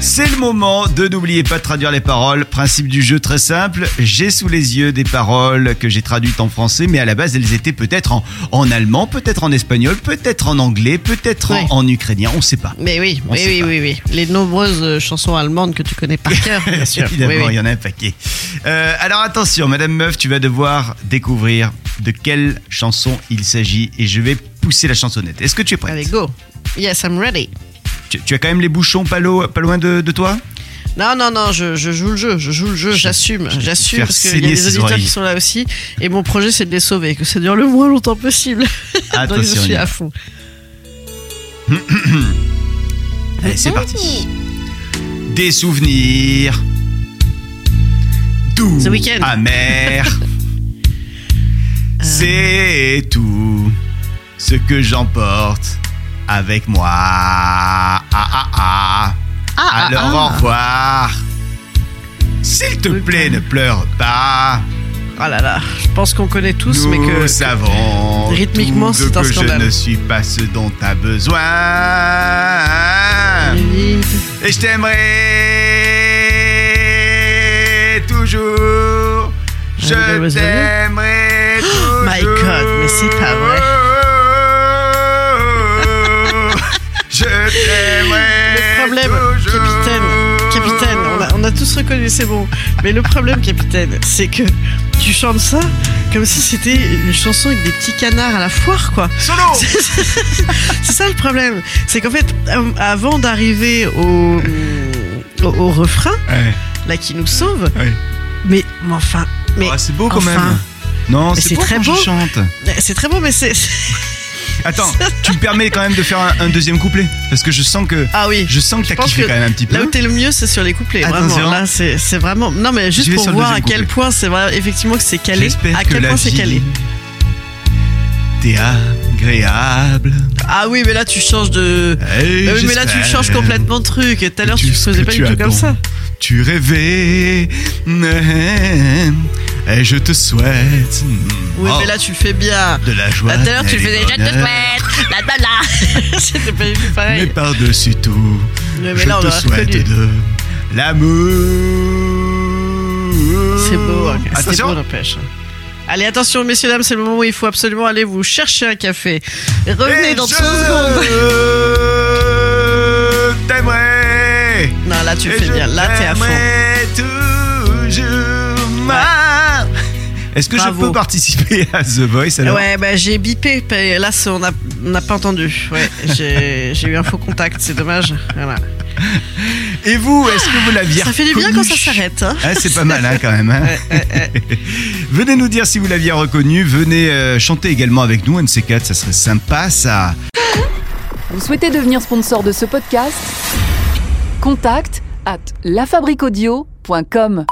C'est le moment de n'oubliez pas de traduire les paroles. Principe du jeu très simple. J'ai sous les yeux des paroles que j'ai traduites en français, mais à la base elles étaient peut-être en, en allemand, peut-être en espagnol, peut-être en anglais, peut-être en- Ouais. en, ukrainien, on ne sait pas. Mais oui, On oui, sait oui, pas. oui, oui. Les nombreuses euh, chansons allemandes que tu connais par cœur, bien sûr. Oui, Évidemment, il oui. y en a un paquet. Euh, alors attention, Madame Meuf, tu vas devoir découvrir de quelle chanson il s'agit et je vais pousser la chansonnette. Est-ce que tu es prête Allez, go. Yes, I'm ready. tu, tu as quand même les bouchons pas, lo- pas loin de, de toi Non, non, non, je, je joue le jeu, je joue le jeu, j'assume, vais j'assume, faire parce qu'il y a saigner des ses auditeurs oreilles. qui sont là aussi, et mon projet c'est de les sauver, que ça dure le moins longtemps possible. Donc Attention, je on y suis va. à fond. Allez, c'est parti. Des souvenirs. Doux, Ce week-end. amers. Euh. C'est tout ce que j'emporte avec moi. Ah, ah, ah. ah, Alors ah. au revoir. S'il te plaît, ne pleure pas. Ah là là, je pense qu'on connaît tous, Nous mais que. savons rythmiquement, tous c'est un que scandale. je ne suis pas ce dont t'as besoin. Et je t'aimerai toujours. Michael Je Bublé. t'aimerai toujours. my God, mais c'est pas vrai. Je t'aimerai. Le problème, toujours. capitaine, capitaine, on a, on a tous reconnu, c'est bon. Mais le problème, capitaine, c'est que tu chantes ça comme si c'était une chanson avec des petits canards à la foire, quoi. Solo C'est ça le problème. C'est qu'en fait, euh, avant d'arriver au, au, au refrain, Eh, Ouais, là, qui nous sauve, ouais. mais, mais enfin, mais Oh, c'est beau quand enfin. même. Non, Mais c'est c'est beau très quand je beau. chante. c'est très beau, mais c'est. Attends, tu me permets quand même de faire un, un deuxième couplet Parce que je sens que Ah oui. je sens que t'as pense kiffé que quand même un petit peu. Là où t'es le mieux, c'est sur les couplets. Attends, c'est vraiment, vrai là, c'est c'est vraiment. Non, mais Je juste vais pour sur le voir à deuxième quel couplet. point c'est vrai, effectivement, que c'est calé. J'espère À que quel la point c'est vie calé. T'es agréable. Ah oui, mais là, tu changes de. Et Ah oui, mais là, tu j'espère changes complètement de truc. Et Tout à l'heure, que tu que faisais pas tu du tout comme attends. ça. Tu rêvais. Et je te souhaite. Oui, oh, mais là, tu le fais bien. De la joie. Là, tout à l'heure, tu et le du faisais. Je te bonheur. souhaite. La blabla. C'était pas du tout Mais pareil. par-dessus tout. Mais, je là, on te l'a souhaite reconnu. de l'amour. C'est beau, Ah, hein. c'est beau, Attention. n'empêche. Allez, attention, messieurs, dames, c'est le moment où il faut absolument aller vous chercher un café. Revenez Et dans je 30 secondes. T'aimerais. Non, là, tu le fais bien. Là, t'es à fond. Est-ce que Bravo. je peux participer à The Voice alors Ouais, bah, j'ai bipé. pa- Là, c'est- on n'a on n'a pas entendu. Ouais, j'ai j'ai eu un faux contact, c'est dommage. Voilà. Et vous, est-ce que vous l'aviez Ça fait du bien reconnu quand ça s'arrête. hein. Ah, c'est pas mal hein, quand même. hein. venez nous dire si vous l'aviez reconnu. Venez euh, chanter également avec nous, NC4, ça serait sympa ça. Vous souhaitez devenir sponsor de ce podcast Contact à lafabriquaudio.com.